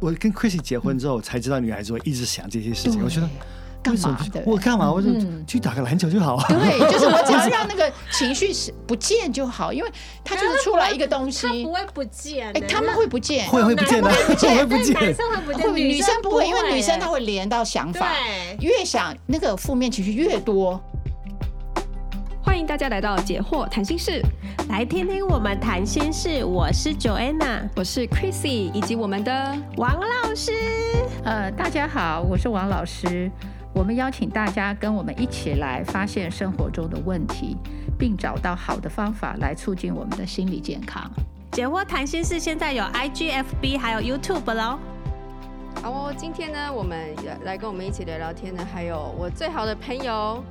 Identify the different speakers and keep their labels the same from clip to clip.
Speaker 1: 我跟 Chrissy 结婚之后，才知道女孩子会一直想这些事情。
Speaker 2: 对
Speaker 1: 我觉得
Speaker 2: 嗯干
Speaker 1: 为什
Speaker 2: 嘛
Speaker 1: 么
Speaker 2: 对不
Speaker 1: 我
Speaker 2: 对
Speaker 1: 干嘛？我就
Speaker 2: 嗯
Speaker 1: 去打个篮球就 好啊。
Speaker 2: 对，就是我只要让那个情绪是不见就好，因为它就是出来一个东西
Speaker 3: 他，不会不见
Speaker 2: 哎，
Speaker 3: 的，
Speaker 2: 他们会不见，
Speaker 1: 会会不见的，
Speaker 2: 啊
Speaker 1: 会不
Speaker 3: 但是男
Speaker 1: 见。
Speaker 3: 生会不见，
Speaker 2: 会女生不会，因为女生她
Speaker 3: 会
Speaker 2: 会连到想法，
Speaker 3: 对。
Speaker 2: 越想那个负面情绪越多。
Speaker 4: 欢迎大家来到解惑谈心室，
Speaker 5: 来听听我们谈心事，我是 Joanna
Speaker 4: 我是 Chrissy，以及我们的
Speaker 5: 王老师。
Speaker 6: 呃，大家好，我是王老师。我们邀请大家跟我们一起来发现生活中的问题，并找到好的方法来促进我们的心理健康。
Speaker 5: 解惑谈心事现在有 IGFB 还有 YouTube 喽。
Speaker 4: 好哦。今天呢，我们来来跟我们一起聊聊天呢，还有我最好的朋友，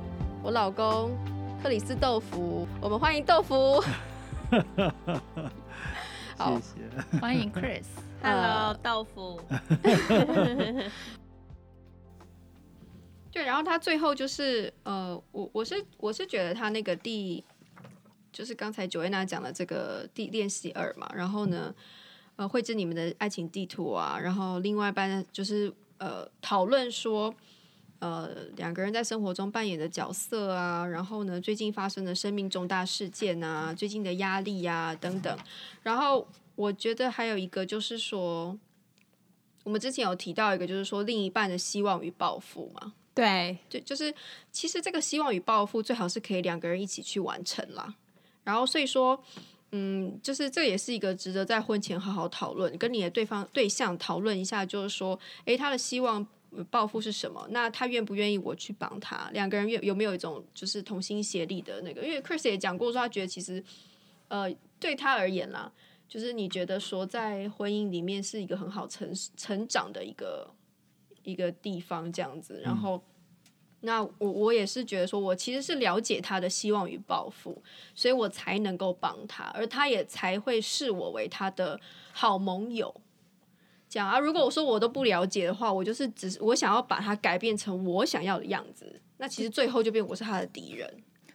Speaker 4: 我老公克里斯豆腐，我们欢迎豆腐。好
Speaker 1: 谢，谢。
Speaker 6: 欢迎 Chris。
Speaker 5: Hello，豆腐。
Speaker 4: 对，然后他最后就是呃，我我是我是觉得他那个第，就是刚才九维娜讲的这个第练习二嘛，然后呢，呃，绘制你们的爱情地图啊，然后另外一半就是呃讨论说。呃，两个人在生活中扮演的角色啊，然后呢，最近发生的生命重大事件啊，最近的压力呀、等等，然后我觉得还有一个就是说，我们之前有提到一个，就是说另一半的希望与抱负嘛，
Speaker 5: 对，
Speaker 4: 对，就是其实这个希望与抱负最好是可以两个人一起去完成啦。然后所以说，嗯，就是这也是一个值得在婚前好好讨论，跟你的对方对象讨论一下，就是说，诶，他的希望。呃抱负是什么？那他愿不愿意我去帮他？两个人愿有没有一种就是同心协力的那个？因为 Chris 也讲过说，他觉得其实，呃，对他而言啦，就是你觉得说在婚姻里面是一个很好成成长的一个一个地方这样子。然后，那我我也是觉得说，我其实是了解他的希望与抱负，所以我才能够帮他，而他也才会视我为他的好盟友。这样啊，如果我说我都不了解的话，我就是只是我想要把他改变成我想要的样子，那其实最后就变我是他的敌人。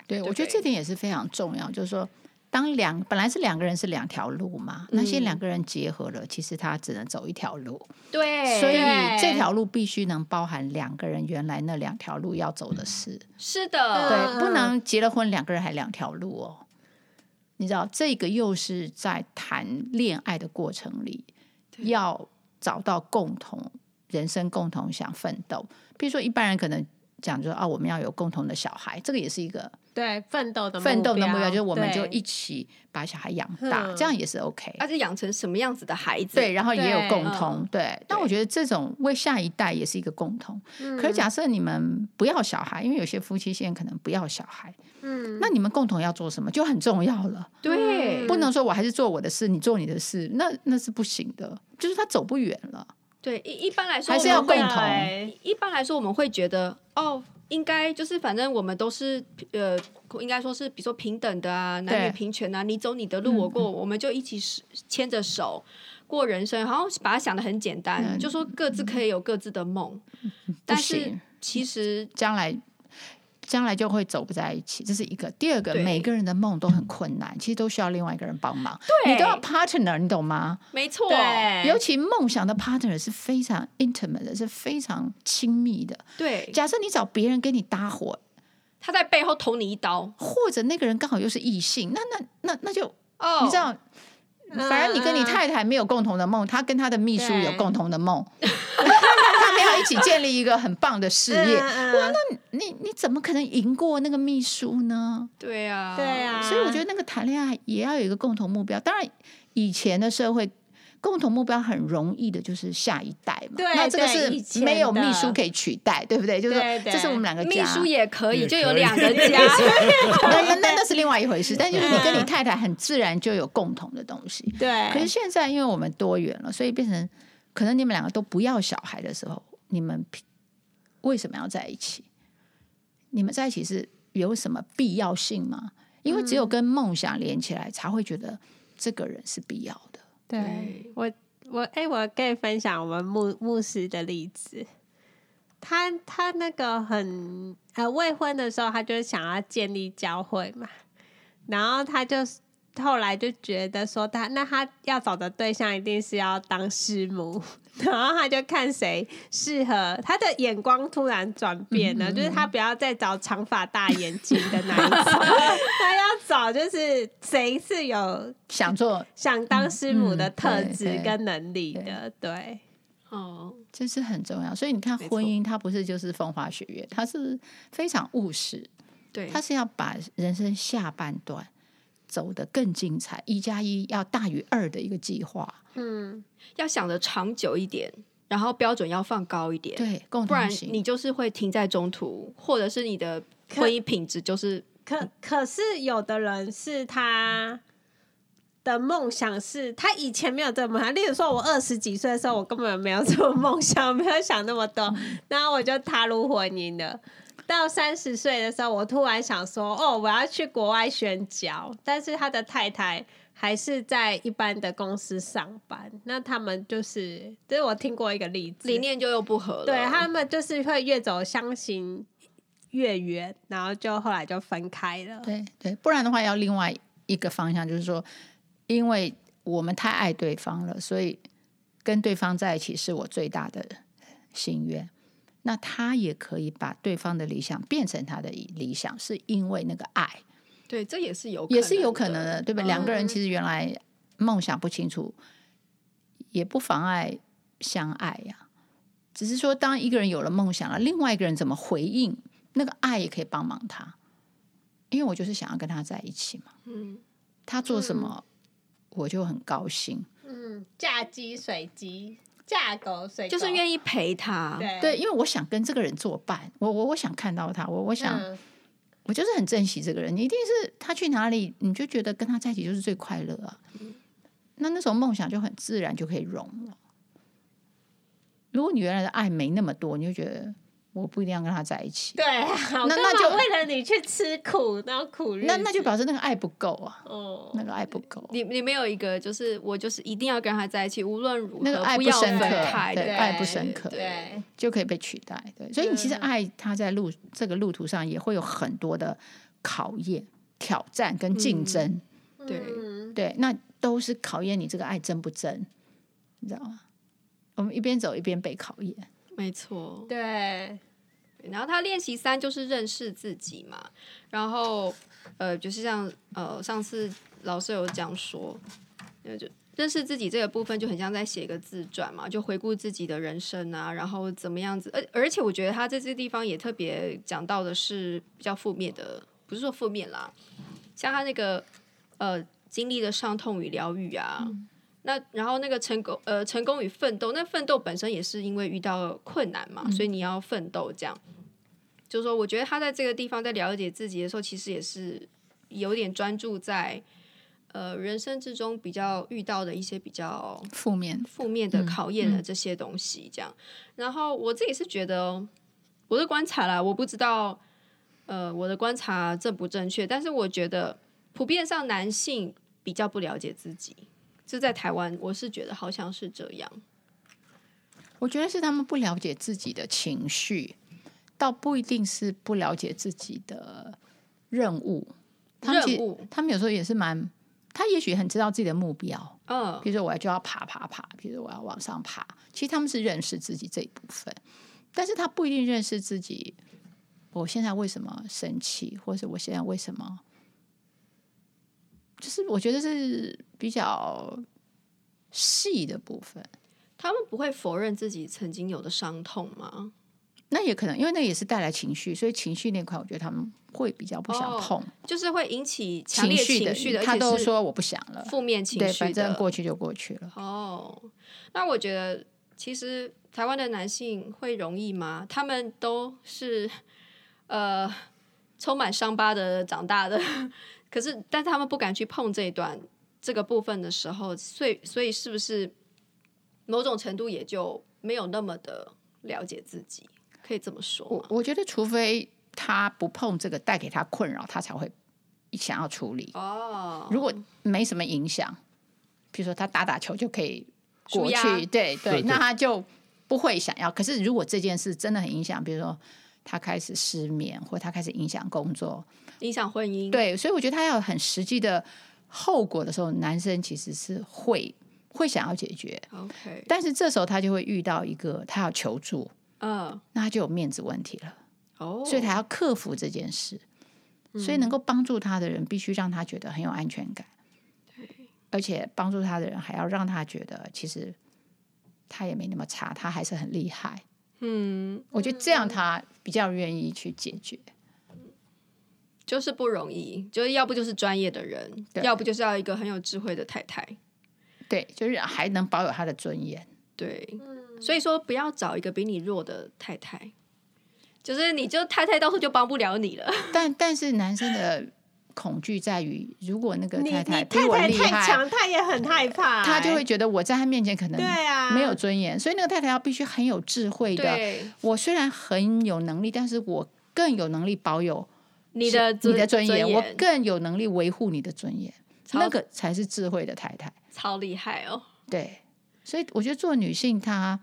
Speaker 2: 对，
Speaker 4: 对
Speaker 2: 我觉得这点也是非常重要，就是说。当两本来是两个人是两条路嘛，那些
Speaker 4: 嗯
Speaker 2: 两个人结合了，其实他只能走一条路，
Speaker 4: 对
Speaker 2: 所以
Speaker 5: 对
Speaker 2: 这条路必须能包含两个人原来那两条路要走的事。
Speaker 4: 是的，
Speaker 2: 对，不能结了婚两个人还两条路哦。你知道，这个又是在谈恋爱的过程里，要找到共同人生共同想奋斗。比如说，一般人可能讲说啊，我们要有共同的小孩，这个也是一个
Speaker 5: 对，奋斗的
Speaker 2: 奋斗的目标，就是我们就
Speaker 5: 对
Speaker 2: 一起把小孩养大，
Speaker 5: 嗯
Speaker 2: 这样也是 OK。
Speaker 4: 而且养成什么样子的孩子？
Speaker 2: 对，然后也有
Speaker 5: 对
Speaker 2: 共
Speaker 4: 嗯
Speaker 2: 同对。但我觉得这种为下一代也是一个共同。可是假设你们不要小孩，因为有些夫妻现在可能不要小孩，
Speaker 5: 嗯
Speaker 2: 那你们共同要做什么就很重要了，
Speaker 4: 对，
Speaker 2: 嗯不能说我还是做我的事，你做你的事，那那是不行的，就是他走不远了。
Speaker 4: 对一一般来说
Speaker 2: 还是
Speaker 4: 我们
Speaker 2: 要
Speaker 4: 会
Speaker 2: 共同
Speaker 5: 对嗯
Speaker 4: 一般来说，我们会觉得哦，应该就是反正我们都是呃，应该说是比如说平等的啊，男女
Speaker 2: 对嗯
Speaker 4: 平权啊，你走你的路，我过我，我们就一起手牵着手过人生，好像把它想的很简单，
Speaker 2: 嗯
Speaker 4: 就说各自可以有各自的梦，但是
Speaker 2: 行
Speaker 4: 其实
Speaker 2: 将来将来就会走不在一起，这是一个。第二个，
Speaker 4: 对
Speaker 2: 每个人的梦都很困难，其实都需要另外一个人帮忙，
Speaker 4: 对
Speaker 2: 你都要 partner，你懂吗？
Speaker 4: 没错，
Speaker 5: 对，
Speaker 2: 尤其梦想的 partner 是非常 intimate 的，是非常亲密的。
Speaker 4: 对，
Speaker 2: 假设你找别人给你搭伙，
Speaker 4: 他在背后捅你一刀
Speaker 2: 或者那个人刚好又是异性，那那那那就
Speaker 4: 哦，
Speaker 2: 你知道，反而你跟你
Speaker 5: 嗯嗯
Speaker 2: 太太没有共同的梦，她跟她的秘书有
Speaker 5: 对
Speaker 2: 共同的梦， 他们要一起建立一个很棒的事业。
Speaker 4: 嗯
Speaker 5: 哇，那
Speaker 2: 你你怎么可能赢过那个秘书呢？
Speaker 4: 对啊，
Speaker 5: 对，啊，
Speaker 2: 所以我觉得那个谈恋爱也要有一个共同目标。当然，以前的社会。共同目标很容易的，就是下一代嘛。
Speaker 5: 对
Speaker 2: 那这个
Speaker 5: 对以
Speaker 2: 是
Speaker 5: 前
Speaker 2: 没有
Speaker 5: 的
Speaker 2: 秘书可以取代，对不对？就是
Speaker 5: 对
Speaker 2: 说，
Speaker 5: 对
Speaker 2: 这是我们两个
Speaker 4: 秘
Speaker 2: 家。
Speaker 4: 书也可以，
Speaker 1: 也
Speaker 4: 就有
Speaker 1: 可以
Speaker 4: 两个家，
Speaker 2: 那那那那是另外一回事。但就是你跟你
Speaker 5: 嗯
Speaker 2: 太太很自然就有共同的东西。
Speaker 5: 对，
Speaker 2: 可是现在因为我们多元了，所以变成可能你们两个都不要小孩的时候，你们平为什么要在一起？你们在一起是有什么必要性吗？因为只
Speaker 4: 嗯
Speaker 2: 有跟梦想连起来，才会觉得这个人是必要的。
Speaker 5: 对我，我哎、我可以分享我们牧牧师的例子。他他那个很呃未婚的时候，他就想要建立教会嘛，然后他就后来就觉得说他那他要找的对象一定是要当师母，然后他就看谁适合，他的眼光突然转变了，就是他不要再找长发大眼睛的那一种， 他要找就是谁是有
Speaker 2: 想做
Speaker 5: 想当师母的
Speaker 2: 嗯嗯
Speaker 5: 特
Speaker 2: 对
Speaker 5: 质
Speaker 2: 对
Speaker 5: 跟能力的，对，
Speaker 4: 哦，
Speaker 2: 这是很重要。所以你看，
Speaker 4: 没
Speaker 2: 婚
Speaker 4: 错
Speaker 2: 姻它不是就是风花雪月，它是非常务实，
Speaker 4: 对，
Speaker 2: 它是要把人生下半段走得更精彩，一加一要大于二的一个计划。
Speaker 5: 嗯，
Speaker 4: 要想的长久一点，然后标准要放高一点，
Speaker 2: 对，共
Speaker 4: 不然
Speaker 2: 同性
Speaker 4: 你就是会停在中途，或者是你的
Speaker 5: 可
Speaker 4: 婚姻品质就是
Speaker 5: 可可是有的人是他的梦想是，他以前没有这个梦想。例如说，我二十几岁的时候，我根本没有这个梦想， 没有想那么多，
Speaker 2: 嗯
Speaker 5: 然后我就踏入婚姻了。到三十岁的时候，我突然想说，哦，我要去国外宣教，但是他的太太还是在一般的公司上班，那他们就是，这是我听过一个例子，
Speaker 4: 理念就又不合了。
Speaker 5: 对他们就是会越走相行越远，然后就后来就分开了。
Speaker 2: 对对，不然的话要另外一个方向，就是说，因为我们太爱对方了，所以跟对方在一起是我最大的心愿。那他也可以把对方的理想变成他的理想，是因为那个爱
Speaker 4: 对，这也是有
Speaker 2: 也是有可能
Speaker 4: 的，嗯
Speaker 2: 的，对吧？两个人其实原来梦想不清楚，也不妨碍相爱呀、只是说，当一个人有了梦想了，另外一个人怎么回应，那个爱也可以帮忙他。因为我就是想要跟他在一起嘛。
Speaker 4: 嗯，
Speaker 2: 他做什么，我就很高兴。
Speaker 5: 嗯，嫁鸡随鸡，嫁狗随
Speaker 4: 就是
Speaker 5: 意
Speaker 4: 愿意陪他。
Speaker 5: 对
Speaker 2: 对，因为我想跟这个人作伴，我我我想看到他，我我想、
Speaker 5: 嗯
Speaker 2: 我就是很珍惜这个人。你一定是他去哪里，你就觉得跟他在一起就是最快乐啊。那那种梦想就很自然就可以融了。如果你原来的爱没那么多，你就觉得我不一定要跟他在一起，
Speaker 5: 对啊，
Speaker 2: 那
Speaker 5: 我干
Speaker 2: 那
Speaker 5: 嘛
Speaker 2: 就
Speaker 5: 为了你去吃苦，然后苦日子
Speaker 2: 那那就表示那个爱不够啊，
Speaker 5: 哦，
Speaker 2: 那个爱不够，
Speaker 4: 你你没有一个就是我就是一定要跟他在一起，无论如何
Speaker 2: 那个爱
Speaker 4: 不
Speaker 2: 不
Speaker 4: 要
Speaker 2: 深
Speaker 4: 分
Speaker 2: 刻，
Speaker 4: 开，
Speaker 2: 对，
Speaker 5: 对
Speaker 2: 爱不深刻，
Speaker 5: 对，
Speaker 2: 就可以被取代。对，所以你其实爱它在路这个路途上也会有很多的考验、挑战跟竞争，
Speaker 4: 对
Speaker 5: 嗯
Speaker 2: 对，那都是考验你这个爱真不真，你知道吗？我们一边走一边被考验，
Speaker 4: 没错。
Speaker 5: 对，
Speaker 4: 然后他练习三就是认识自己嘛，然后呃，就是像呃上次老师有讲说，呃就认识自己这个部分就很像在写一个自传嘛，就回顾自己的人生啊，然后怎么样子，而而且我觉得他在这地方也特别讲到的是比较负面的，不是说负面啦，像他那个呃经历的伤痛与疗愈啊。那然后那个成功呃成功与奋斗，那奋斗本身也是因为遇到困难嘛，所以你要奋斗这样。就是说，我觉得他在这个地方在了解自己的时候，其实也是有点专注在呃人生之中比较遇到的一些比较
Speaker 2: 负面
Speaker 4: 负面的
Speaker 2: 嗯
Speaker 4: 考验的这些东西，这样。然后我自己是觉得哦，我的观察啦，我不知道，呃，我的观察正不正确，但是我觉得普遍上男性比较不了解自己，这在台湾我是觉得好像是这样。
Speaker 2: 我觉得是他们不了解自己的情绪，倒不一定是不了解自己的任务。他们其
Speaker 4: 任务
Speaker 2: 他们有时候也是蛮，他也许很知道自己的目标，
Speaker 4: 嗯，
Speaker 2: 比如说我要就要爬爬爬，比如说我要往上爬。其实他们是认识自己这一部分，但是他不一定认识自己。我现在为什么生气，或者我现在为什么，就是我觉得是比较细的部分。
Speaker 4: 他们不会否认自己曾经有的伤痛吗？
Speaker 2: 那也可能，因为那也是带来情绪，所以情绪那块，我觉得他们会比较不想
Speaker 4: 哦
Speaker 2: 碰、
Speaker 4: 就是会引起强烈
Speaker 2: 的。
Speaker 4: 情绪的，
Speaker 2: 他
Speaker 4: 而且
Speaker 2: 都
Speaker 4: 是
Speaker 2: 说我不想了，
Speaker 4: 负面情
Speaker 2: 对，
Speaker 4: 绪
Speaker 2: 反正
Speaker 4: 的。
Speaker 2: 过去就过去了。
Speaker 4: 哦，那我觉得其实台湾的男性会容易吗？他们都是呃充满伤疤的长大的， 可是但他们不敢去碰这一段这个部分的时候，所以所以是不是某种程度也就没有那么的了解自己？可以这么说
Speaker 2: 我
Speaker 4: 吗？
Speaker 2: 我觉得，除非他不碰这个带给他困扰，他才会想要处理。
Speaker 4: 哦，
Speaker 2: 如果没什么影响，比如说他打打球就可以过
Speaker 4: 舒
Speaker 2: 去
Speaker 4: 压，
Speaker 2: 对对，
Speaker 1: 对
Speaker 2: 那他就不会想要。可是如果这件事真的很影响，比如说他开始失眠，或他开始影响工作，
Speaker 4: 影响婚姻，
Speaker 2: 对，所以我觉得他要有很实际的后果的时候，男生其实是会会想要解决，
Speaker 4: OK，
Speaker 2: 但是这时候他就会遇到一个他要求助，
Speaker 4: 嗯，
Speaker 2: 那他就有面子问题了，
Speaker 4: 哦，
Speaker 2: 所以他要克服这件事。所以能够帮助他的人，必须让他觉得很有安全感，而且帮助他的人还要让他觉得其实他也没那么差，他还是很厉害。
Speaker 4: 嗯，
Speaker 2: 我觉得这样他比较愿意去解决。
Speaker 4: 就是不容易，就是要不就是专业的人，
Speaker 2: 对
Speaker 4: 要不就是要一个很有智慧的太太。
Speaker 2: 对，就是还能保有他的尊严。
Speaker 4: 对，
Speaker 5: 嗯
Speaker 4: 所以说不要找一个比你弱的太太，就是你就太太到时候就帮不了你了。
Speaker 2: 但但是男生的恐惧在于，如果那个
Speaker 5: 你你
Speaker 2: 太
Speaker 5: 太
Speaker 2: 比我厉害，
Speaker 5: 太强，他也 很害怕、欸
Speaker 2: 他就会觉得我在他面前可能
Speaker 5: 对啊，
Speaker 2: 没有尊严，所以那个太太要必须很有智慧的。
Speaker 4: 对，
Speaker 2: 我虽然很有能力，但是我更有能力保有
Speaker 4: 你的
Speaker 2: 你的尊
Speaker 4: 严，
Speaker 2: 严，我更有能力维护你的尊严，
Speaker 4: 超
Speaker 2: 那个才是智慧的太太。
Speaker 4: 超厉害哦。
Speaker 2: 对，所以我觉得做女性，她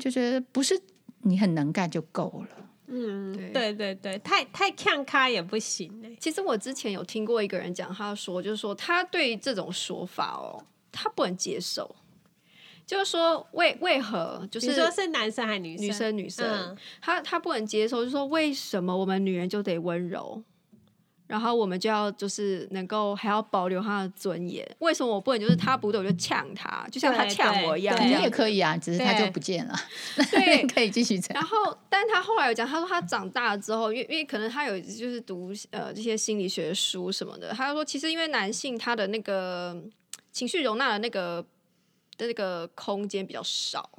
Speaker 2: 就觉得不是你很能干就够了。
Speaker 5: 嗯，
Speaker 4: 对
Speaker 5: 对对对，太太看咖也不行哎、
Speaker 4: 其实我之前有听过一个人讲，他说就是说他对这种说法哦，他不能接受，就是说为为何就
Speaker 5: 你
Speaker 4: 是
Speaker 5: 说是男生还是女生？
Speaker 4: 女生女生，
Speaker 2: 哦
Speaker 5: 嗯
Speaker 4: 他他不能接受，就是说为什么我们女人就得温柔，然后我们就要就是能够还要保留她的尊严？为什么我不能就是他不对我就呛他，就像他呛我一样？
Speaker 5: 对
Speaker 2: 你
Speaker 4: 这样
Speaker 2: 也可以啊，只是他
Speaker 5: 对
Speaker 2: 就不见了，
Speaker 4: 对
Speaker 2: 可以继续这样。
Speaker 4: 然后，但他后来有讲，他说他长大了之后，因为因为可能他有就是读呃这些心理学书什么的，他说其实因为男性他的那个嗯情绪容纳的那个的那个空间比较少，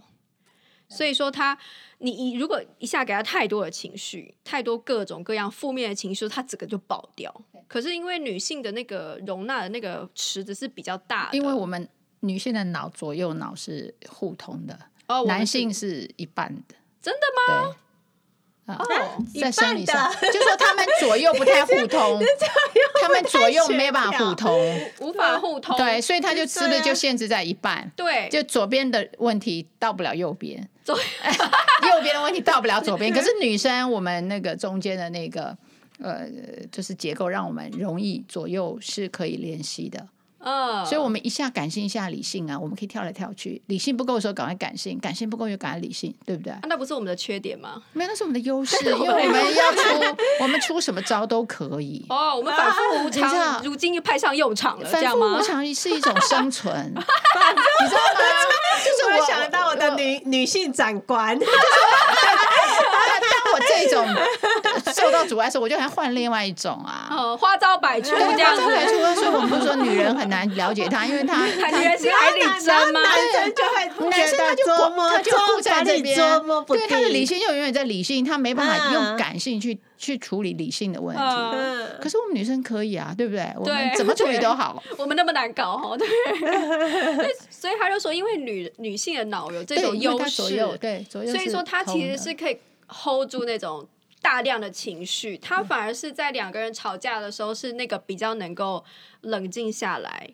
Speaker 4: 所以说他你你如果一下给他太多的情绪，太多各种各样负面的情绪，他整个就爆掉。可是因为女性的那个容纳的那个池子是比较大的，
Speaker 2: 因为我们女性的脑左右脑是互通的，
Speaker 4: 哦，我们
Speaker 2: 男
Speaker 4: 是哦
Speaker 2: 性是一半的。
Speaker 4: 真的
Speaker 2: 吗？啊，
Speaker 5: 一
Speaker 2: 在生理
Speaker 5: 半的
Speaker 2: 上，就说他们左右不太互 通，他们左右没办法互通，
Speaker 4: 无法互通，
Speaker 2: 对，所以他就吃
Speaker 5: 对
Speaker 2: 的
Speaker 5: 啊
Speaker 2: 就限制在一半，
Speaker 4: 对，
Speaker 2: 就左边的问题到不了右 边，
Speaker 4: 左
Speaker 2: 右边的问题到不了左边。可是女生，我们那个中间的那个呃，就是结构，让我们容易左右是可以联系的。
Speaker 4: 嗯，
Speaker 2: 所以，我们一下感性，一下理性啊，我们可以跳来跳去。理性不够的时候，赶快感性；感性不够，就赶快理性，对不对？
Speaker 4: 啊那不是我们的缺点吗？
Speaker 2: 没有，那是我们的优势，因为我们要出，我们出什么招都可以。
Speaker 4: 哦，我们反复无
Speaker 2: 啊等一下
Speaker 4: 常，如今又派上用场了，这
Speaker 2: 反
Speaker 4: 样
Speaker 2: 复
Speaker 4: 吗
Speaker 2: 无？常是一种生存，你知道吗？就是
Speaker 5: 突
Speaker 2: 我
Speaker 5: 然想到 我的女女性长官，
Speaker 2: 当当我这种受到阻碍的时候，我就想换另外一种啊。
Speaker 4: 哦，花招百出
Speaker 2: 对，
Speaker 4: 这
Speaker 2: 大
Speaker 4: 样
Speaker 2: 家
Speaker 4: 子，
Speaker 2: 才出，所以我们不是说女人很难了解她，因为 她
Speaker 4: 谈人心海里针吗？
Speaker 5: 男生就会
Speaker 2: 男生他就
Speaker 5: 琢
Speaker 2: 过
Speaker 5: 磨，
Speaker 2: 他就
Speaker 5: 捉
Speaker 2: 顾在这边，
Speaker 5: 把你捉摸不
Speaker 2: 对
Speaker 5: 定
Speaker 2: 他的理性就永远在理性，他没办法
Speaker 5: 嗯
Speaker 2: 用感性去、去处理理性的问题。
Speaker 4: 嗯
Speaker 5: 嗯，
Speaker 2: 可是我们女生可以啊，对不对？我们
Speaker 4: 对
Speaker 2: 怎么处理都好。
Speaker 4: 我们那么难搞哈，对， 所以他就说，因为女女性的脑有这
Speaker 2: 对，
Speaker 4: 种
Speaker 2: 因为
Speaker 4: 优
Speaker 2: 他左
Speaker 4: 势，
Speaker 2: 右，对左右是通
Speaker 4: 所
Speaker 2: 的。
Speaker 4: 以说她其实是可以 hold 住那种大量的情绪，她反而是在两个人吵架的时候是那个比较能够冷静下来，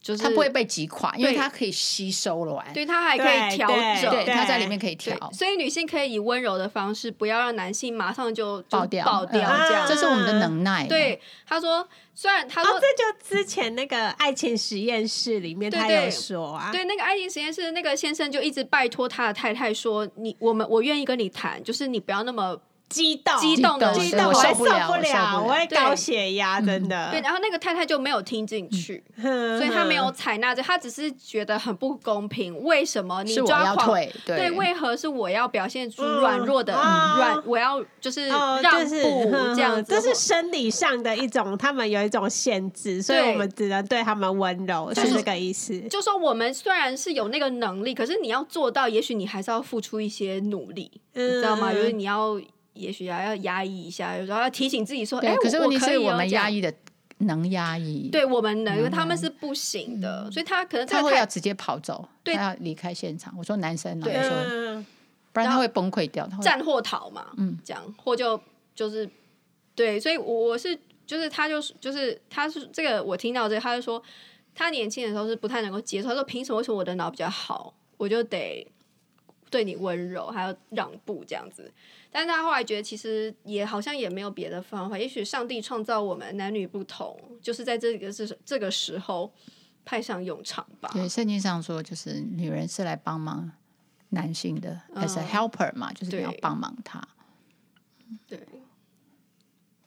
Speaker 4: 就是
Speaker 2: 他不会被击垮，因为
Speaker 4: 对
Speaker 2: 他可以吸收了完，
Speaker 4: 对她还可以
Speaker 5: 对
Speaker 4: 调
Speaker 5: 对
Speaker 4: 整，
Speaker 2: 对，
Speaker 5: 对
Speaker 2: 他在里面可以
Speaker 4: 对，
Speaker 2: 调。
Speaker 4: 所以女性可以以温柔的方式，不要让男性马上就就
Speaker 2: 爆掉，
Speaker 4: 爆掉
Speaker 2: 嗯
Speaker 4: 这样。
Speaker 2: 这是我们的能耐。啊
Speaker 4: 对，他说，虽然他说、
Speaker 5: 哦，这就之前那个爱情实验室里面
Speaker 4: 对
Speaker 5: 他
Speaker 4: 对
Speaker 5: 有说啊，
Speaker 4: 对那个爱情实验室那个先生就一直拜托他的太太说，你我们我愿意跟你谈，就是你不要那么
Speaker 5: 激动
Speaker 4: 激动的
Speaker 5: 激
Speaker 4: 时
Speaker 5: 动，
Speaker 4: 候
Speaker 2: 哦
Speaker 5: 我
Speaker 2: 我
Speaker 5: 会
Speaker 2: 受
Speaker 5: 受
Speaker 2: 不了
Speaker 5: 不
Speaker 2: 我受不了
Speaker 5: 我会
Speaker 4: 对
Speaker 5: 高血压，真的。
Speaker 2: 嗯
Speaker 4: 对，然后那个太太就没有听进去，
Speaker 5: 嗯，
Speaker 4: 所以他没有采纳这，他只是觉得很不公平，为什么你
Speaker 2: 是
Speaker 4: 就
Speaker 2: 我要
Speaker 4: 狂
Speaker 2: 退，
Speaker 4: 对，
Speaker 2: 对，
Speaker 4: 为何是我要表现出
Speaker 5: 嗯
Speaker 4: 软弱的
Speaker 5: 啊
Speaker 4: 软？我要就是
Speaker 5: 哦，
Speaker 4: 让
Speaker 5: 就
Speaker 4: 步
Speaker 5: 是
Speaker 4: 这样
Speaker 5: 嗯
Speaker 4: 子，
Speaker 5: 这
Speaker 2: 哦
Speaker 5: 是生理上的一种，他们有一种限制，所以
Speaker 4: 对
Speaker 5: 我们只能对他们温柔，
Speaker 4: 就是
Speaker 5: 是这个意思。嗯
Speaker 4: 就说我们虽然是有那个能力，可是你要做到，也许你还是要付出一些努力，
Speaker 5: 嗯
Speaker 4: 你知道吗？就是你要，也许还要压抑一下，有时候要提醒自己说，哎、
Speaker 2: 对。可是
Speaker 4: 我
Speaker 2: 问题
Speaker 4: 可以
Speaker 2: 是
Speaker 4: 哦
Speaker 2: 我们压，抑
Speaker 4: 这
Speaker 2: 的能压抑，
Speaker 4: 样，对我们能，他们是不行的，所以他可能
Speaker 2: 嗯
Speaker 4: 这
Speaker 2: 他
Speaker 4: 个
Speaker 2: 会要
Speaker 4: 太
Speaker 2: 直接跑走，
Speaker 4: 对
Speaker 2: 他要离开现场。我说男生哦，
Speaker 4: 对
Speaker 2: 我说
Speaker 5: 嗯，
Speaker 2: 不然
Speaker 4: 然
Speaker 2: 他
Speaker 4: 后
Speaker 2: 会崩溃掉，他会
Speaker 4: 战或逃嘛，
Speaker 2: 嗯
Speaker 4: 这样或就就是对，所以我我是就是他就是就是他是这个我听到这个他就说他年轻的时候是不太能够接受，他说凭什么为什么我的脑比较好，我就得对你温柔，还要让步这样子。但是他后来觉得，其实也好像也没有别的方法。也许上帝创造我们男女不同，就是在这个这这个时候派上用场吧。
Speaker 2: 对，圣经上说就是女人是来帮忙男性的、as a helper 嘛，就是你要
Speaker 4: 嗯对
Speaker 2: 帮忙他，
Speaker 4: 对，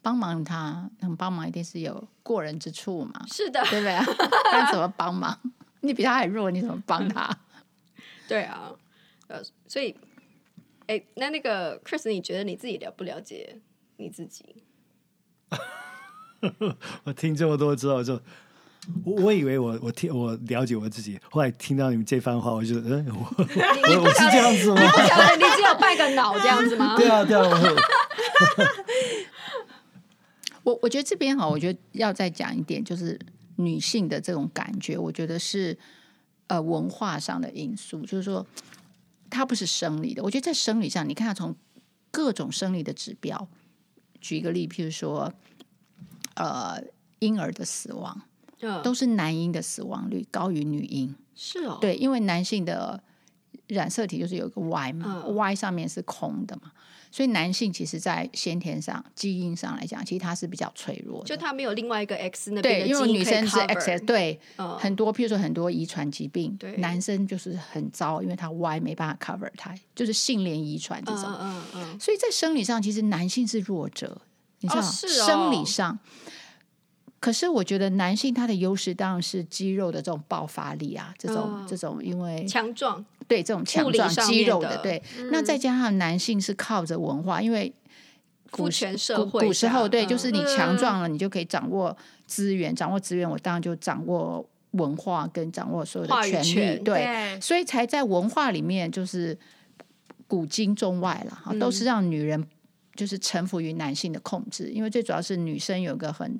Speaker 2: 帮忙他，能帮忙一定是有过人之处嘛，
Speaker 4: 是的，
Speaker 2: 对不对？他怎么帮忙？你比他还弱，你怎么帮他？
Speaker 4: 对啊，呃，所以，哎，那那个 Chris，你觉得你自己了不了解你自己？
Speaker 1: 我听这么多之后就，我我以为我我听我了解我自己，后来听到你们这番话，我就嗯，我我我是这样 子吗？
Speaker 4: 我想得你只有半个脑这样子吗？
Speaker 1: 对啊，对啊，我
Speaker 2: 我我觉得这边哈，我觉得要再讲一点，就是女性的这种感觉，我觉得是呃文化上的因素，就是说它不是生理的。我觉得在生理上，你看它从各种生理的指标，举一个例，譬如说呃婴儿的死亡，
Speaker 4: 嗯，
Speaker 2: 都是男婴的死亡率高于女婴。
Speaker 4: 是哦，
Speaker 2: 对，因为男性的染色体就是有一个 Y 嘛、
Speaker 4: 嗯
Speaker 2: y 上面是空的嘛，所以男性其实在先天上、基因上来讲，其实他是比较脆弱的。
Speaker 4: 就他没有另外一个 X 那边
Speaker 2: 对，
Speaker 4: 的
Speaker 2: 因为
Speaker 4: 基因
Speaker 2: 女
Speaker 4: 可以
Speaker 2: 生是
Speaker 4: cover
Speaker 2: X，对，
Speaker 4: 嗯
Speaker 2: 很多，譬如说很多遗传疾病
Speaker 4: 对，
Speaker 2: 男生就是很糟，因为他 Y 没办法 cover 他，就是性恋遗传这
Speaker 4: 嗯
Speaker 2: 种。
Speaker 4: 嗯嗯
Speaker 2: 所以在生理上，其实男性是弱者，你知道吗，
Speaker 4: 哦是哦
Speaker 2: 生理上。可是我觉得男性他的优势当然是肌肉的这种爆发力啊，这种、
Speaker 4: 嗯
Speaker 2: 这种因为
Speaker 4: 嗯，强壮，
Speaker 2: 对这种强
Speaker 4: 物理
Speaker 2: 壮
Speaker 4: 上
Speaker 2: 肌
Speaker 4: 面
Speaker 2: 肉
Speaker 4: 的嗯
Speaker 2: 对。那再加上男性是靠着文化，因为
Speaker 4: 父
Speaker 2: 古时
Speaker 4: 权社
Speaker 2: 古
Speaker 4: 会
Speaker 2: 古时候对，
Speaker 4: 嗯
Speaker 2: 就是你强壮了，你就可以掌握资源，掌握资源，我当然就掌握文化跟掌握所有的
Speaker 4: 话语
Speaker 2: 权利，
Speaker 4: 权
Speaker 2: 对，
Speaker 5: 对
Speaker 2: 所以才在文化里面就是古今中外了哈，都
Speaker 4: 嗯
Speaker 2: 是让女人就是臣服于男性的控制，因为最主要是女生有一个很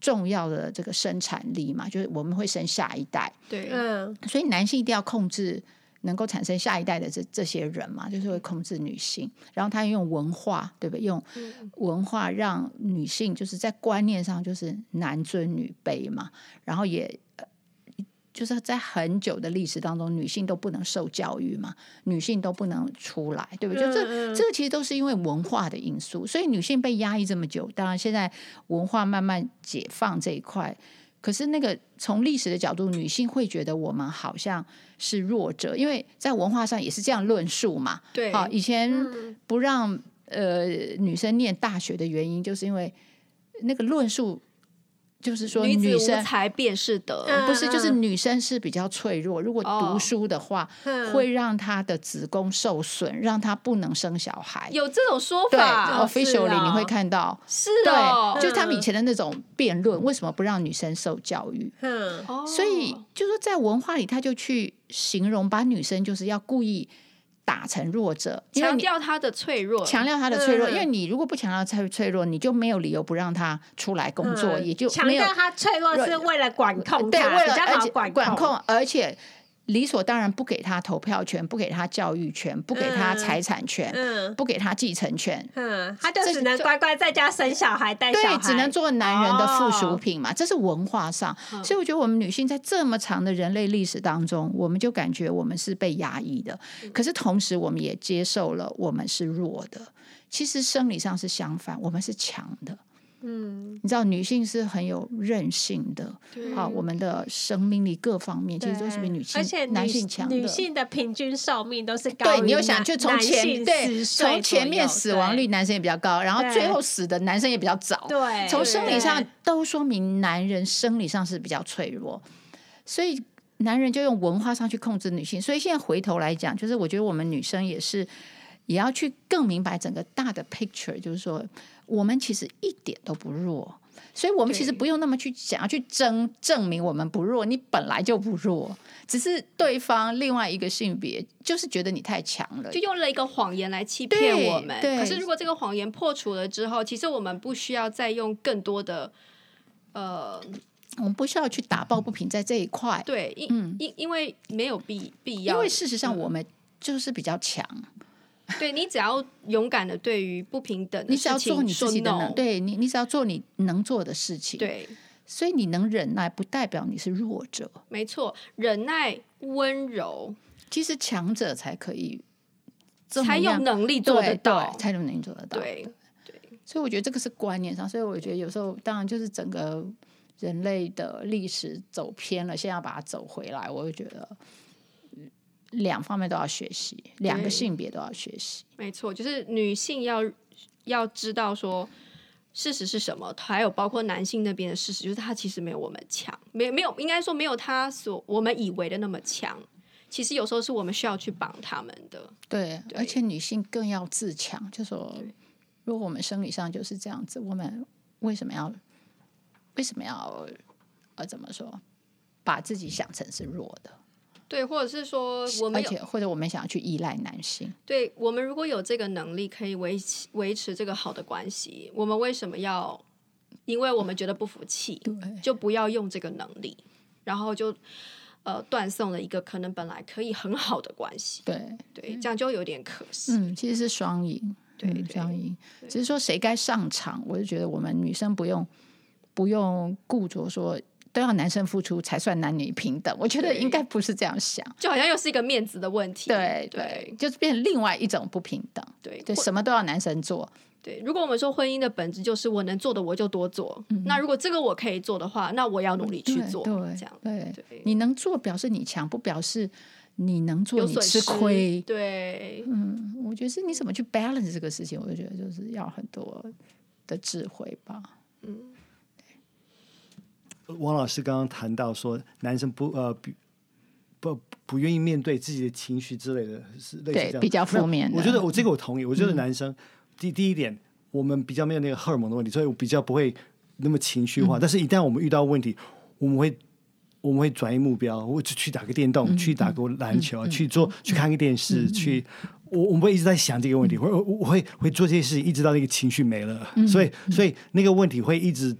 Speaker 2: 重要的这个生产力嘛，就是我们会生下一代，
Speaker 4: 对，
Speaker 5: 嗯，
Speaker 2: 所以男性一定要控制能够产生下一代的这这些人嘛，就是会控制女性，然后他用文化，对不对？用文化让女性就是在观念上就是男尊女卑嘛，然后也。呃就是在很久的历史当中，女性都不能受教育嘛，女性都不能出来，对不对？就这
Speaker 5: 嗯嗯
Speaker 2: 这个其实都是因为文化的因素，所以女性被压抑这么久，当然现在文化慢慢解放这一块。可是那个从历史的角度，女性会觉得我们好像是弱者，因为在文化上也是这样论述嘛。
Speaker 4: 对
Speaker 2: 啊，以前
Speaker 5: 嗯
Speaker 2: 不让呃女生念大学的原因，就是因为那个论述，就是说
Speaker 4: 女子
Speaker 2: 女
Speaker 4: 无
Speaker 2: 生
Speaker 4: 才啊便是德，
Speaker 5: 嗯
Speaker 2: 不是，就是女生是比较脆弱，如果
Speaker 4: 哦
Speaker 2: 读书的话，
Speaker 5: 嗯
Speaker 2: 会让她的子宫受损，让她不能生小孩。
Speaker 4: 有这种说
Speaker 2: 对
Speaker 4: 法，
Speaker 2: ，officially、
Speaker 5: 哦
Speaker 2: 你会看到，
Speaker 4: 是哦
Speaker 2: 对，，就是他们以前的那种辩论，为什么不让女生受教育？
Speaker 5: 嗯，
Speaker 4: 哦
Speaker 2: 所以就说在文化里，他就去形容把女生就是要故意打成弱者，因为
Speaker 4: 强
Speaker 2: 你
Speaker 4: 调他的脆弱，
Speaker 2: 强调她的脆弱，
Speaker 5: 嗯
Speaker 2: 因为你如果不强调脆脆弱，你就没有理由不让她出来工作，
Speaker 5: 嗯
Speaker 2: 也就
Speaker 5: 强
Speaker 2: 没有
Speaker 5: 调他脆弱是为了管控
Speaker 2: 对，
Speaker 5: 他
Speaker 2: 为
Speaker 5: 比
Speaker 2: 了
Speaker 5: 较
Speaker 2: 而
Speaker 5: 好
Speaker 2: 且
Speaker 5: 管
Speaker 2: 管控，而且理所当然不给她投票权，不给她教育权，不给她
Speaker 5: 嗯
Speaker 2: 财产权，
Speaker 5: 嗯
Speaker 2: 不给她继承权，
Speaker 5: 嗯，他就
Speaker 2: 这
Speaker 5: 只能
Speaker 2: 这
Speaker 5: 乖乖在家生小孩带小
Speaker 2: 对
Speaker 5: 孩，，
Speaker 2: 只能做男人的附属
Speaker 5: 哦嗯
Speaker 2: 品嘛，这是文化上。所以我觉得我们女性在这么长的人类历史当中，我们就感觉我们是被压抑的，
Speaker 5: 嗯
Speaker 2: 可是同时我们也接受了我们是弱的。其实生理上是相反，我们是强的。嗯，你知道女性是很有韧性的，
Speaker 4: 对
Speaker 2: 好、我们的生命力各方面其实都是比女性、
Speaker 5: 而且女
Speaker 2: 男性强的。
Speaker 5: 女性的平均寿命都是高于
Speaker 2: 对
Speaker 5: 男，
Speaker 2: 你又想就从前对从前面死亡率
Speaker 5: 率，
Speaker 2: 男生也比较高，然后
Speaker 5: 对
Speaker 2: 最后死的男生也比较早。
Speaker 4: 哎
Speaker 5: 对，
Speaker 2: 从生理上
Speaker 5: 对
Speaker 2: 都说明男人生理上是比较脆弱，所以男人就用文化上去控制女性。所以现在回头来讲，就是我觉得我们女生也是也要去更明白整个大的 picture，就是说我们其实一点都不弱。所以，我们其实
Speaker 4: 对
Speaker 2: 不用那么去想要去争证明我们不弱，你本来就不弱，只是对方另外一个性别就是觉得你太强了，
Speaker 4: 就用了一个谎言来欺骗
Speaker 2: 对
Speaker 4: 我们。
Speaker 2: 对
Speaker 4: 可是如果这个谎言破除了之后，其实我们不需要再用更多的呃，
Speaker 2: 我们不需要去打抱不平在这一块。
Speaker 4: 对，因、因因为没有必必要，
Speaker 2: 嗯因为事实上我们就是比较强，
Speaker 4: 对你只要勇敢的对于不平等的
Speaker 2: 你只要
Speaker 4: 事情
Speaker 2: 做你自己的
Speaker 4: 说 no，
Speaker 2: 能，对你，你只要做你能做的事情。，
Speaker 4: 对，
Speaker 2: 所以你能忍耐，不代表你是弱者。
Speaker 4: 没错，忍耐、温柔，
Speaker 2: 其实强者才可以这么
Speaker 4: 才有
Speaker 2: 样
Speaker 4: 能力做
Speaker 2: 对
Speaker 4: 得到
Speaker 2: 对。才有能力做得到。
Speaker 4: 对，
Speaker 2: 所以我觉得这个是观念上，所以我觉得有时候当然就是整个人类的历史走偏了，现在要把它走回来，我就觉得嗯两方面都要学习，两个
Speaker 4: 对
Speaker 2: 性别都要学习。
Speaker 4: 没错，就是女性要要知道说事实是什么，还有包括男性那边的事实，就是他其实没有我们强，没没有应该说没有他所我们以为的那么强。其实有时候是我们需要去帮他们的，
Speaker 2: 对，
Speaker 4: 对
Speaker 2: 而且女性更要自强，就说
Speaker 4: 对
Speaker 2: 如果我们生理上就是这样子，我们为什么要为什么要呃怎么说，把自己想成是弱的，
Speaker 4: 对，或者是说我们
Speaker 2: 而
Speaker 4: 有
Speaker 2: 且或者我们想要去依赖男性，
Speaker 4: 对我们如果有这个能力，可以维持维持这个好的关系，我们为什么要？因为我们觉得不服气，就不要用这个能力，然后就呃断送了一个可能本来可以很好的关系。
Speaker 2: 对。
Speaker 4: 对，这样就有点可惜。
Speaker 2: 嗯，其实是双赢，
Speaker 4: 对
Speaker 2: 嗯
Speaker 4: 对
Speaker 2: 双赢。只是说谁该上场，我就觉得我们女生不用不用固着说都要男生付出才算男女平等，我觉得
Speaker 4: 对
Speaker 2: 应该不是这样想。
Speaker 4: 就好像又是一个面子的问题。
Speaker 2: 对对
Speaker 4: 对，
Speaker 2: 就是变成另外一种不平等。
Speaker 4: 对
Speaker 2: 对，
Speaker 4: 或
Speaker 2: 什么都要男生做，
Speaker 4: 对如果我们说婚姻的本质就是我能做的我就多做，那如果这个我可以做的话，那我要努力
Speaker 2: 嗯
Speaker 4: 去
Speaker 2: 对嗯
Speaker 4: 做，
Speaker 2: 对，
Speaker 4: 这样
Speaker 2: 对，
Speaker 4: 对
Speaker 2: 你能做表示你强，不表示你能做
Speaker 4: 有
Speaker 2: 你
Speaker 4: 损
Speaker 2: 吃
Speaker 4: 失。
Speaker 2: 亏。
Speaker 4: 对，
Speaker 2: 嗯，我觉得是你怎么去 balance 这个事情，我就觉得就是要很多的智慧吧。
Speaker 1: 王老师刚刚谈到说，男生不呃不不不愿意面对自己的情绪之类的，是类似
Speaker 2: 对
Speaker 1: 这样
Speaker 2: 比较负面的嗯
Speaker 1: 那我觉得我这个我同意，我觉得男生、第第一点，我们比较没有那个荷尔蒙的问题，所以我比较不会那么情绪
Speaker 2: 嗯
Speaker 1: 化。但是，一旦我们遇到问题，我们会。我们会转移目标，我去去打个电动，
Speaker 2: 嗯
Speaker 1: 去打个篮球，啊去做去看个电视，去我我们会一直在想这个问题，会我我会会做这些事情，一直到那个情绪没了，
Speaker 2: 嗯
Speaker 1: 所以所以那个问题会一直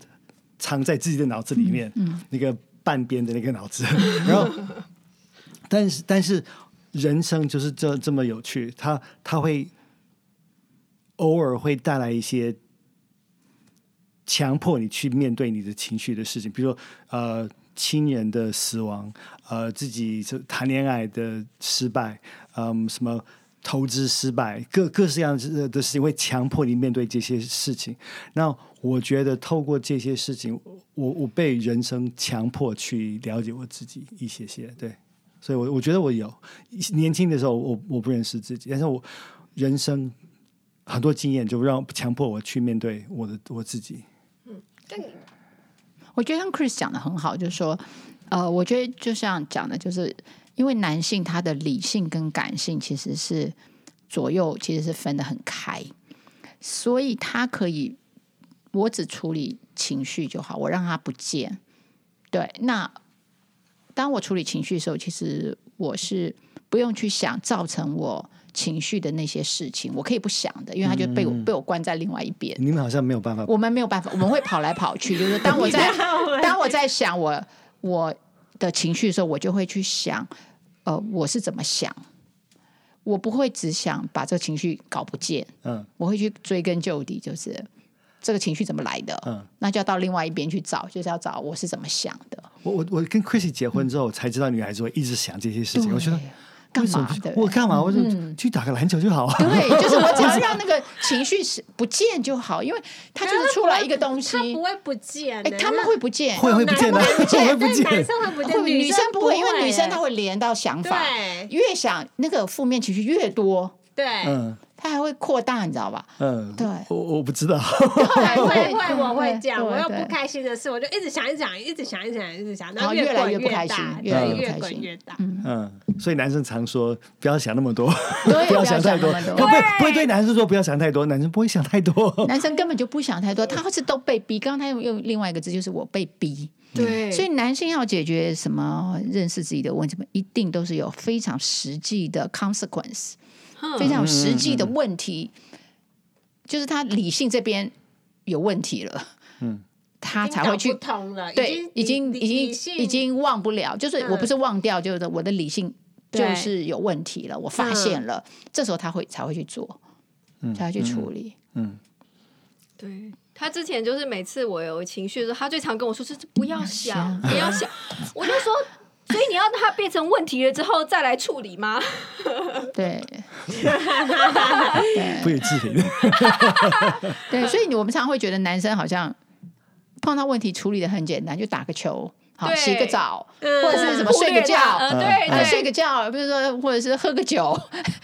Speaker 1: 藏在自己的脑子里面，那个半边的那个脑子。 然后，但是但是人生就是这这么有趣，它它会偶尔会带来一些强迫你去面对你的情绪的事情，比如说呃亲人的死亡，呃自己这谈恋爱的失败，嗯、什么。投资失败，各各式各样的的事情会强迫你面对这些事情。那我觉得透过这些事情，我我被人生强迫去了解我自己一些些，对，所以我我觉得我有年轻的时候我，我不认识自己，但是我人生很多经验就让强迫我去面对我的我自己。
Speaker 2: 我觉得像 Chris 讲的很好，就是说，呃，我觉得就像讲的，就是因为男性他的理性跟感性其实是左右其实是分得很开，所以他可以我只处理情绪就好，我让他不见。对，那当我处理情绪的时候，其实我是不用去想造成我情绪的那些事情，我可以不想的，因为他就被我、被我关在另外一边。
Speaker 1: 你们好像没有办法，
Speaker 2: 我们没有办法，我们会跑来跑去。就是当我 在当我在想我我的情绪的时候，我就会去想，呃，我是怎么想。我不会只想把这个情绪搞不见，
Speaker 1: 嗯，
Speaker 2: 我会去追根究底，就是这个情绪怎么来的，
Speaker 1: 嗯，
Speaker 2: 那就要到另外一边去找，就是要找我是怎么想的，
Speaker 1: 我我我跟 Chrissy 结婚之后，我才知道女孩子会一直想这些事情。我觉得
Speaker 2: 对干
Speaker 1: 为什
Speaker 2: 嘛
Speaker 1: 么
Speaker 2: 的？嗯
Speaker 1: 我干嘛？我就去打个篮球就好啊。
Speaker 2: 对，就是我只要让那个情绪是不见就好，因为它就是出来一个东西
Speaker 5: 他，不会不见
Speaker 2: 哎，
Speaker 5: 的。
Speaker 2: 他们会不 见，
Speaker 1: 会会不见的，会不
Speaker 5: 但是
Speaker 1: 见。
Speaker 5: 男生会不
Speaker 2: 会
Speaker 5: 见，
Speaker 2: 女生不
Speaker 5: 会，
Speaker 2: 会，因为女生她会连到想法，
Speaker 5: 对
Speaker 2: 越想那个负面情绪越多，
Speaker 5: 对，
Speaker 1: 嗯
Speaker 2: 它还会扩大，你知道吧？
Speaker 1: 嗯，
Speaker 2: 对
Speaker 1: 我我不知 道。
Speaker 5: 会
Speaker 2: 对
Speaker 5: 会会，我会
Speaker 2: 对
Speaker 5: 讲，我
Speaker 2: 对
Speaker 5: 又
Speaker 2: 对
Speaker 5: 不开心的事，我就一直想一直想，一直想一直想，一直想，
Speaker 2: 然后
Speaker 5: 越
Speaker 2: 越来
Speaker 5: 滚
Speaker 2: 越不开
Speaker 5: 大
Speaker 2: 心
Speaker 5: 对
Speaker 2: 越来
Speaker 1: 越不
Speaker 5: 越
Speaker 2: 开
Speaker 5: 滚
Speaker 2: 心
Speaker 5: 越大。
Speaker 1: 嗯，所以男生常说不要想那么多，
Speaker 2: 对
Speaker 1: 不要想太
Speaker 2: 不要想那么多
Speaker 1: 不不不会对男生说不要想太多，男生不会想太多。
Speaker 2: 男生根本就不想太多，他是都被逼。刚刚他用用另外一个字，就是我被逼。
Speaker 4: 对，
Speaker 2: 所以男性要解决什么认识自己的问题，一定都是有非常实际的 consequence，非常有实际的问题，就是他理性这边有问题了，
Speaker 1: 嗯，
Speaker 2: 他才会去
Speaker 5: 已经搞不通了，
Speaker 2: 对，已经
Speaker 5: 理
Speaker 2: 已
Speaker 5: 理
Speaker 2: 经
Speaker 5: 性
Speaker 2: 已 经忘不了，就是我
Speaker 5: 嗯
Speaker 2: 不是忘掉，就是我的理性
Speaker 5: 对嗯
Speaker 2: 就是有问题了，我发现了，这时候他会才会去做，才会去处理。
Speaker 1: 嗯，
Speaker 4: 对他之 前就是每次我有情绪的时候，他最常跟我说就是不要想，不要想，我就说。所以你要它变成问题了之后再来处理吗？
Speaker 2: 对，
Speaker 1: 不予置 评。
Speaker 2: 对，所以你我们常会觉得男生好像碰到问题处理的很简单，就打个球，好
Speaker 4: 对
Speaker 2: 洗个澡，
Speaker 5: 嗯
Speaker 2: 或者是什么
Speaker 4: 忽
Speaker 2: 睡
Speaker 4: 略
Speaker 2: 个觉，
Speaker 4: 它呃对
Speaker 2: 啊
Speaker 4: 对
Speaker 2: 睡个觉，比如说或者是喝个酒，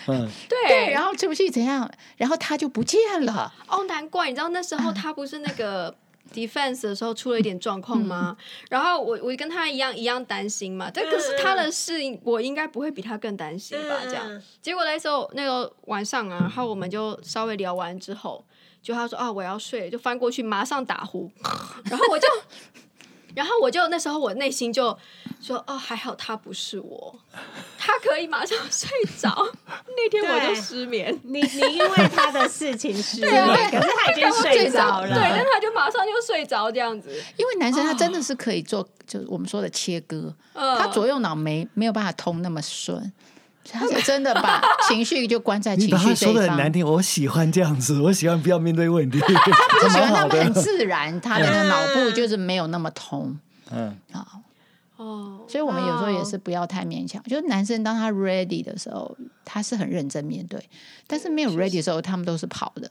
Speaker 1: 嗯，
Speaker 4: 对，
Speaker 2: 然后出去怎样，然后他就不见了。
Speaker 4: 哦，难怪你知道那时候他不是那个 defense 的时候出了一点状况吗？然后我我跟他一样一样担心嘛，但可是他的事情我应该不会比他更担心
Speaker 5: 嗯
Speaker 4: 吧？这样，结果那时候那个晚上啊，然后我们就稍微聊完之后，就他说啊我要睡了，就翻过去马上打呼，然后我就。然后我就那时候我内心就说哦还好他不是我，他可以马上 睡着。那天我就
Speaker 5: 对
Speaker 4: 失眠，
Speaker 5: 你你因为他的事情 失
Speaker 2: 对啊
Speaker 5: 眠，可是他已经睡着
Speaker 4: 对，
Speaker 5: 了。
Speaker 4: 但他就马上就睡着这样子。
Speaker 2: 因为男生他真的是可以做，就是我们说的切割，
Speaker 4: 嗯
Speaker 2: 他左右脑没没有办法通那么顺，所以他就真的把情绪就关在情
Speaker 1: 你把
Speaker 2: 绪
Speaker 1: 它
Speaker 2: 这
Speaker 1: 说
Speaker 2: 一
Speaker 1: 的很
Speaker 2: 方
Speaker 1: 难。听，我喜欢这样子，我 喜欢不要面对问题，
Speaker 2: 他就
Speaker 1: 这
Speaker 2: 喜
Speaker 1: 蛮
Speaker 2: 欢他
Speaker 1: 好
Speaker 2: 们很
Speaker 1: 的。
Speaker 2: 自然，他的
Speaker 5: 嗯
Speaker 2: 脑部就是没有那么通
Speaker 1: 嗯，
Speaker 2: 啊，
Speaker 4: 哦，
Speaker 2: 所以我们有时候也是不要太勉强。就是男生当他 ready 的时候，他是很认真面对，但是没有 ready 的时候，他们都是跑的。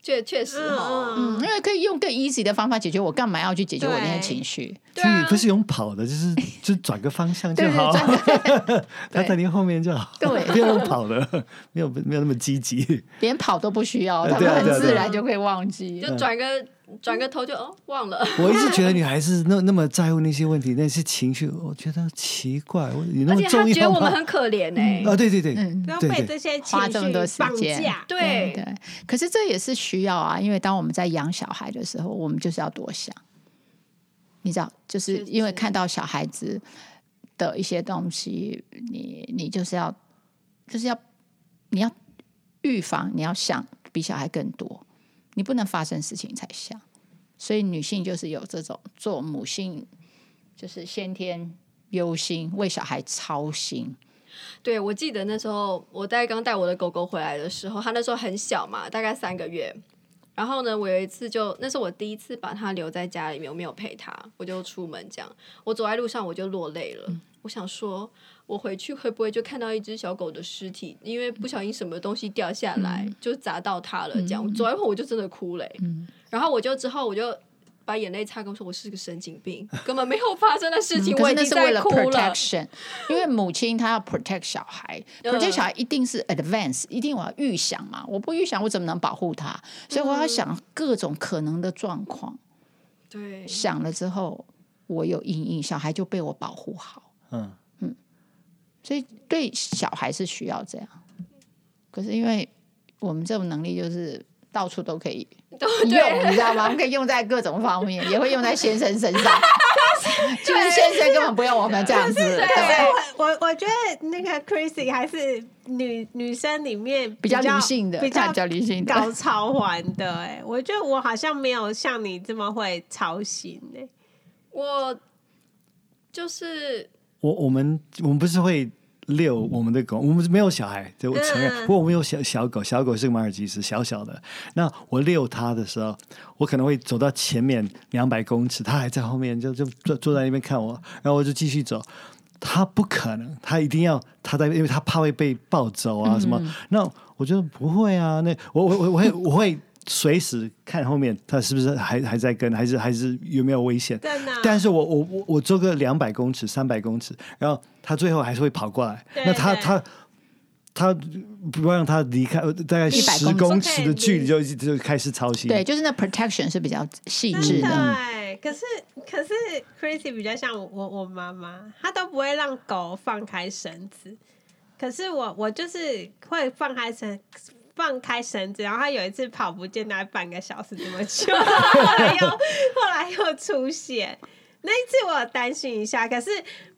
Speaker 4: 确确实哦，
Speaker 5: 嗯
Speaker 2: 嗯，因为可以用更 easy 的方法解决，我干嘛要去解决我那些
Speaker 5: 对
Speaker 2: 情绪？
Speaker 1: 其
Speaker 4: 对
Speaker 1: 实
Speaker 4: 啊
Speaker 1: 不是用跑的，就是就转个方向就好
Speaker 2: 对，
Speaker 1: 他在你后面就好，
Speaker 2: 对
Speaker 1: 不要用跑的， 没有没有那么积极。
Speaker 2: 连跑都不需要，
Speaker 1: 呃
Speaker 2: 他
Speaker 1: 对
Speaker 2: 们
Speaker 1: 啊对
Speaker 2: 很
Speaker 1: 啊
Speaker 2: 自
Speaker 1: 对啊
Speaker 2: 然就会忘记。
Speaker 4: 就转个转个头就哦忘了，
Speaker 1: 我一直觉得女孩子那那么在乎那些问题，那些情绪，我觉得奇怪，我你那
Speaker 4: 而
Speaker 1: 么
Speaker 4: 且他
Speaker 1: 重
Speaker 4: 觉得
Speaker 1: 要
Speaker 4: 我们
Speaker 1: 吗？
Speaker 4: 很可怜哎、
Speaker 1: 啊，对对对，
Speaker 2: 嗯
Speaker 5: 不要
Speaker 1: 对
Speaker 5: 被
Speaker 1: 对
Speaker 5: 这些情
Speaker 2: 花这么多时
Speaker 5: 绪绑
Speaker 2: 间
Speaker 5: 架。
Speaker 4: 对
Speaker 2: 对，可是这也是需要啊，因为当我们在养小孩的时候，我们就是要多想。你知道，就是
Speaker 4: 确实
Speaker 2: 因为看到小孩子的一些东西，你你就是要，就是要，你要预防，你要想比小孩更多，你不能发生事情才想。所以女性就是有这种做母性，就是先天忧心，为小孩操心。
Speaker 4: 对，我记得那时候我在刚带我的狗狗回来的时候，它那时候很小嘛，大概三个月。然后呢，我有一次就那是我第一次把它留在家里面，我没有陪它，我就出门这样。我走在路上我就落泪了，
Speaker 2: 嗯
Speaker 4: 我想说，我回去会不会就看到一只小狗的尸体？因为不小心什么东西掉下来，
Speaker 2: 嗯
Speaker 4: 就砸到它了。这样，我走一会儿我就真的哭了欸、然后我就之后我就。把眼泪擦干，我说我是个神经病，根本没有发生的事情，
Speaker 2: 嗯可
Speaker 4: 我
Speaker 2: 是
Speaker 4: 已
Speaker 2: 那
Speaker 4: 经
Speaker 2: 是为
Speaker 4: 在
Speaker 2: 了
Speaker 4: 哭
Speaker 2: protection，因为母亲她要 protect 小孩，protect
Speaker 4: 嗯
Speaker 2: 小孩一定是 advance，一定我要预想嘛，我不预想我怎么能保护他？所以我要想各种可能的状况，
Speaker 4: 对，
Speaker 2: 想了之后我有阴影，小孩就被我保护好，
Speaker 1: 嗯，
Speaker 2: 所以对小孩是需要这样。可是因为我们这种能力就是到处都可以用，你知道吗？我们可以用在各种方面，也会用在先生身上。就是先生根本不用我们这样子，对
Speaker 5: 可是我我我觉得那个 Chrissy 还是女女生里面
Speaker 2: 比较理性的，
Speaker 5: 比
Speaker 2: 他
Speaker 5: 较
Speaker 2: 比较理性的。
Speaker 5: 高超环的哎、我觉得我好像没有像你这么会操心哎、
Speaker 4: 我就是
Speaker 1: 我我们我们不是会遛我们的狗，我们是没有小孩，对我承认。
Speaker 5: 嗯嗯
Speaker 1: 不过我们有小小狗，小狗是个马尔济斯，小小的。那我遛它的时候，我可能会走到前面两百公尺，它还在后面，就就坐坐在那边看我，然后我就继续走。它不可能，它一定要它在，因为它怕会被抱走啊什么。那我觉得不会啊，那我我我我会我会随时看后面它是不是还还在跟，还是还是有没有危险。
Speaker 5: 真的啊、
Speaker 1: 但是我我我我走个两百公尺、三百公尺，然后他最后还是会跑过来。
Speaker 5: 对
Speaker 1: 那他
Speaker 5: 对
Speaker 1: 他他不让他离开，呃大概
Speaker 2: 100
Speaker 1: 十
Speaker 2: 公
Speaker 1: 公尺的距离就就开始操心。
Speaker 2: 对，就是那 protection 是比较细致
Speaker 5: 真的
Speaker 2: 的。
Speaker 4: 嗯
Speaker 5: 哎、可是可是 Chrissy 比较像我我我妈妈，她都不会让狗放开绳子。可是我我就是会放开绳放开绳子，然后她有一次跑不见大概半个小时这么久， 后来又后来又出血。那一次我有担心一下，可是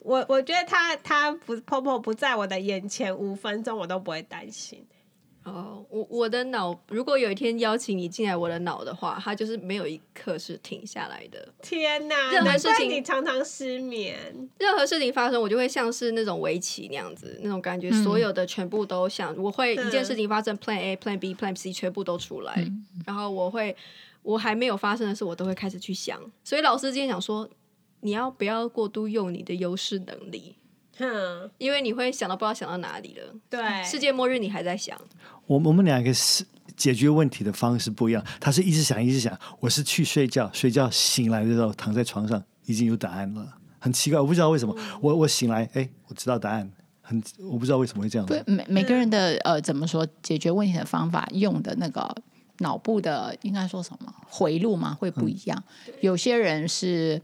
Speaker 5: 我我觉得她她不婆婆不在我的眼前五分钟，我都不会担心。
Speaker 4: 哦，我我的脑，如果有一天邀请你进来我的脑的话，它就是没有一刻是停下来的。
Speaker 5: 天哪，
Speaker 4: 任何
Speaker 5: 难
Speaker 4: 事
Speaker 5: 怪
Speaker 4: 情
Speaker 5: 你常常失眠。
Speaker 4: 任何事情发生，我就会像是那种围棋那样子，那种感觉，所有的全部都想，我会
Speaker 5: 嗯
Speaker 4: 一件事情发生，Plan A、Plan B、Plan C 全部都出来，然后我会，我还没有发生的事，我都会开始去想。所以老师今天想说，你要不要过度用你的优势能力？
Speaker 5: 哼，
Speaker 4: 因为你会想到不知道想到哪里了。
Speaker 5: 嗯对，
Speaker 4: 世界末日你还在想，
Speaker 1: 我我们两个是解决问题的方式不一样，他是一直想一直想，我是去睡觉，睡觉醒来的时候躺在床上已经有答案了，很奇怪，我不知道为什么，我我醒来，哎，我知道答案，很我不知道为什么会这样
Speaker 2: 对
Speaker 1: 子，
Speaker 2: 每每个人的呃怎么说解决问题的方法用的那个脑部的应该说什么回路嘛会不一样，
Speaker 5: 嗯
Speaker 2: 有些人是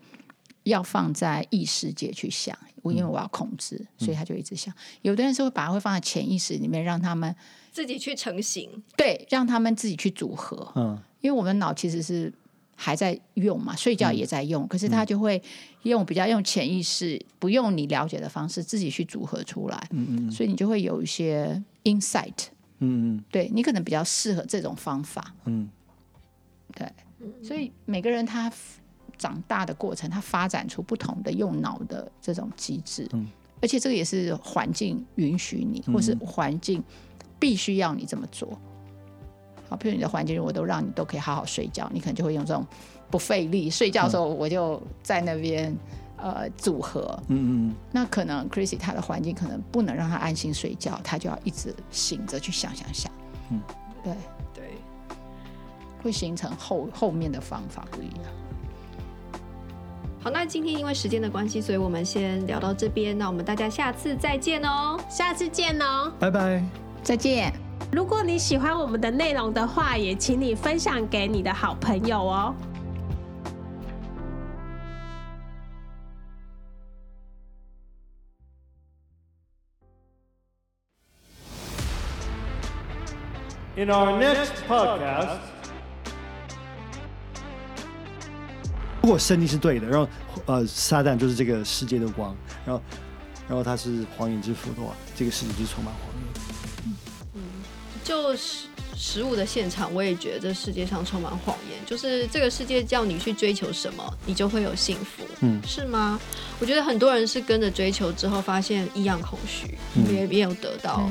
Speaker 2: 要放在意识界去想，我因为我要控制，
Speaker 5: 嗯
Speaker 2: 所以他就一直想；有的人是会把它会放在潜意识里面，让他们
Speaker 4: 自己去成型。
Speaker 2: 对让他们自己去组合。
Speaker 1: 嗯，
Speaker 2: 因为我们脑其实是还在用嘛，睡觉也在用，可是它就会用比较用潜意识，不用你了解的方式自己去组合出来，嗯嗯所以你就会有一些 insight，
Speaker 1: 嗯嗯
Speaker 2: 对你可能比较适合这种方法，
Speaker 1: 嗯，
Speaker 2: 对，所以每个人他长大的过程，他发展出不同的用脑的这种机制，
Speaker 1: 嗯
Speaker 2: 而且这个也是环境允许你，或是环境必须要你这么做。好，譬如你的环境如果都让你都可以好好睡觉，你可能就会用这种不费力，睡觉的时候我就在那边、呃组合，
Speaker 1: 嗯嗯
Speaker 2: 那可能 Chrissy 她的环境可能不能让她安心睡觉，她就要一直醒着去想想想，
Speaker 1: 嗯，
Speaker 2: 对，
Speaker 4: 对，
Speaker 2: 会形成后后面的方法不一样。
Speaker 4: 好，那今天因为时间的关系，所以我们先聊到这边。那我们大家下次再见哦。
Speaker 5: 下次见哦。
Speaker 1: 拜拜。
Speaker 2: 再见。
Speaker 5: 如果你喜欢我们的内容的话，也请你分享给你的好朋友哦。
Speaker 3: In our next podcast,
Speaker 1: 如果圣经是对的，然后呃，撒旦就是这个世界的王，然后然后他是谎言之父的话，这个世界就是充满谎言。
Speaker 4: 就食食物的现场，我也觉得这世界上充满谎言。就是这个世界叫你去追求什么，你就会有幸福，
Speaker 1: 嗯
Speaker 4: 是吗？我觉得很多人是跟着追求之后，发现异样空虚，也没有得到